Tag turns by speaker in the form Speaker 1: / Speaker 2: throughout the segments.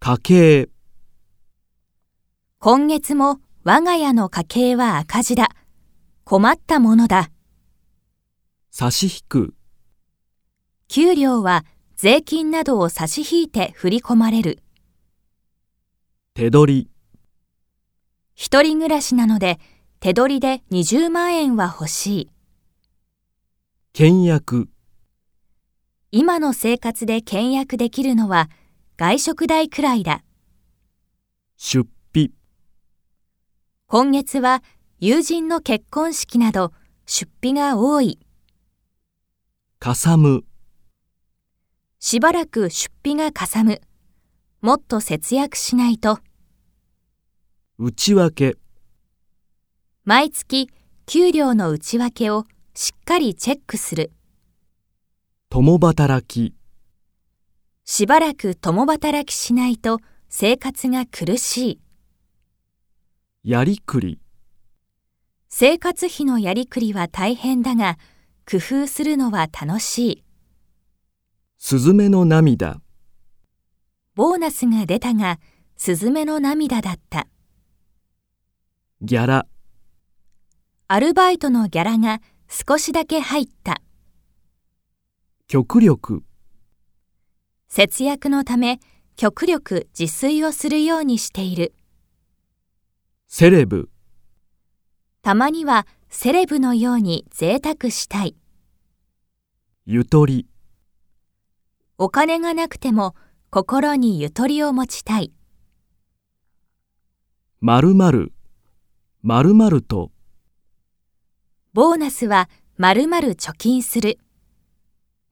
Speaker 1: 家計、
Speaker 2: 今月も我が家の家計は赤字だ。困ったものだ。
Speaker 1: 差し引く、
Speaker 2: 給料は税金などを差し引いて振り込まれる。
Speaker 1: 手取り、
Speaker 2: 一人暮らしなので手取りで20万円は欲しい。
Speaker 1: 倹約、
Speaker 2: 今の生活で倹約できるのは外食代くらいだ。
Speaker 1: 出費、
Speaker 2: 今月は友人の結婚式など出費が多い。
Speaker 1: かさむ、
Speaker 2: しばらく出費がかさむ。もっと節約しないと。
Speaker 1: 内訳、
Speaker 2: 毎月給料の内訳をしっかりチェックする。
Speaker 1: 共働き、
Speaker 2: しばらく共働きしないと生活が苦しい。
Speaker 1: やりくり、
Speaker 2: 生活費のやりくりは大変だが、工夫するのは楽しい。
Speaker 1: すずめの涙、
Speaker 2: ボーナスが出たが、スズメの涙だった。
Speaker 1: ギャラ、
Speaker 2: アルバイトのギャラが少しだけ入った。
Speaker 1: 極力、
Speaker 2: 節約のため、極力自炊をするようにしている。
Speaker 1: セレブ、
Speaker 2: たまにはセレブのように贅沢したい。
Speaker 1: ゆとり、
Speaker 2: お金がなくても心にゆとりを持ちたい。
Speaker 1: まるまる、まるまると、
Speaker 2: ボーナスはまるまる貯金する。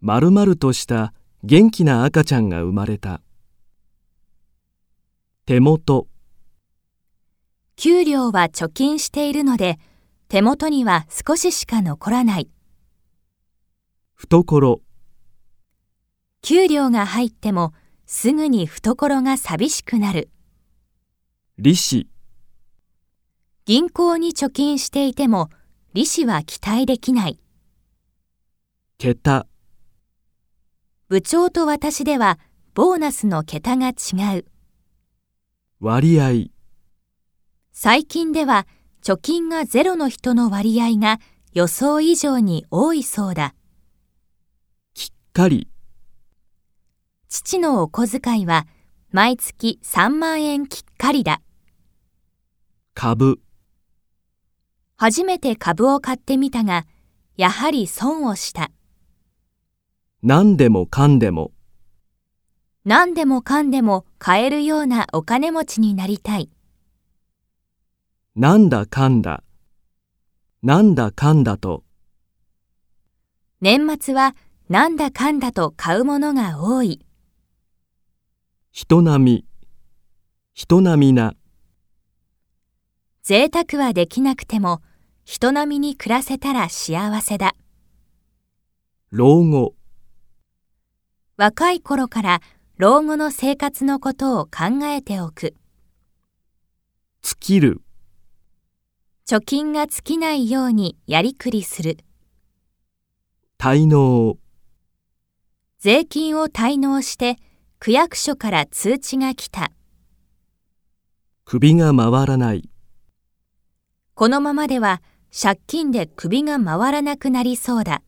Speaker 1: まるまるとした元気な赤ちゃんが生まれた。手元、
Speaker 2: 給料は貯金しているので、手元には少ししか残らない。
Speaker 1: 懐、
Speaker 2: 給料が入ってもすぐに懐が寂しくなる。
Speaker 1: 利子、
Speaker 2: 銀行に貯金していても利子は期待できない。
Speaker 1: 桁、
Speaker 2: 部長と私ではボーナスの桁が違う。
Speaker 1: 割合、
Speaker 2: 最近では貯金がゼロの人の割合が予想以上に多いそうだ。
Speaker 1: きっかり、
Speaker 2: 父のお小遣いは毎月3万円きっかりだ。
Speaker 1: 株、
Speaker 2: 初めて株を買ってみたが、やはり損をした。
Speaker 1: 何でもかんでも、
Speaker 2: 何でもかんでも買えるようなお金持ちになりたい。
Speaker 1: なんだかんだ、なんだかんだと、
Speaker 2: 年末はなんだかんだと買うものが多い。
Speaker 1: 人並み、人並みな、
Speaker 2: 贅沢はできなくても人並みに暮らせたら幸せだ。
Speaker 1: 老後、
Speaker 2: 若い頃から老後の生活のことを考えておく。
Speaker 1: 尽きる、
Speaker 2: 貯金が尽きないようにやりくりする。
Speaker 1: 滞納、
Speaker 2: 税金を滞納して区役所から通知が来た。
Speaker 1: 首が回らない、
Speaker 2: このままでは借金で首が回らなくなりそうだ。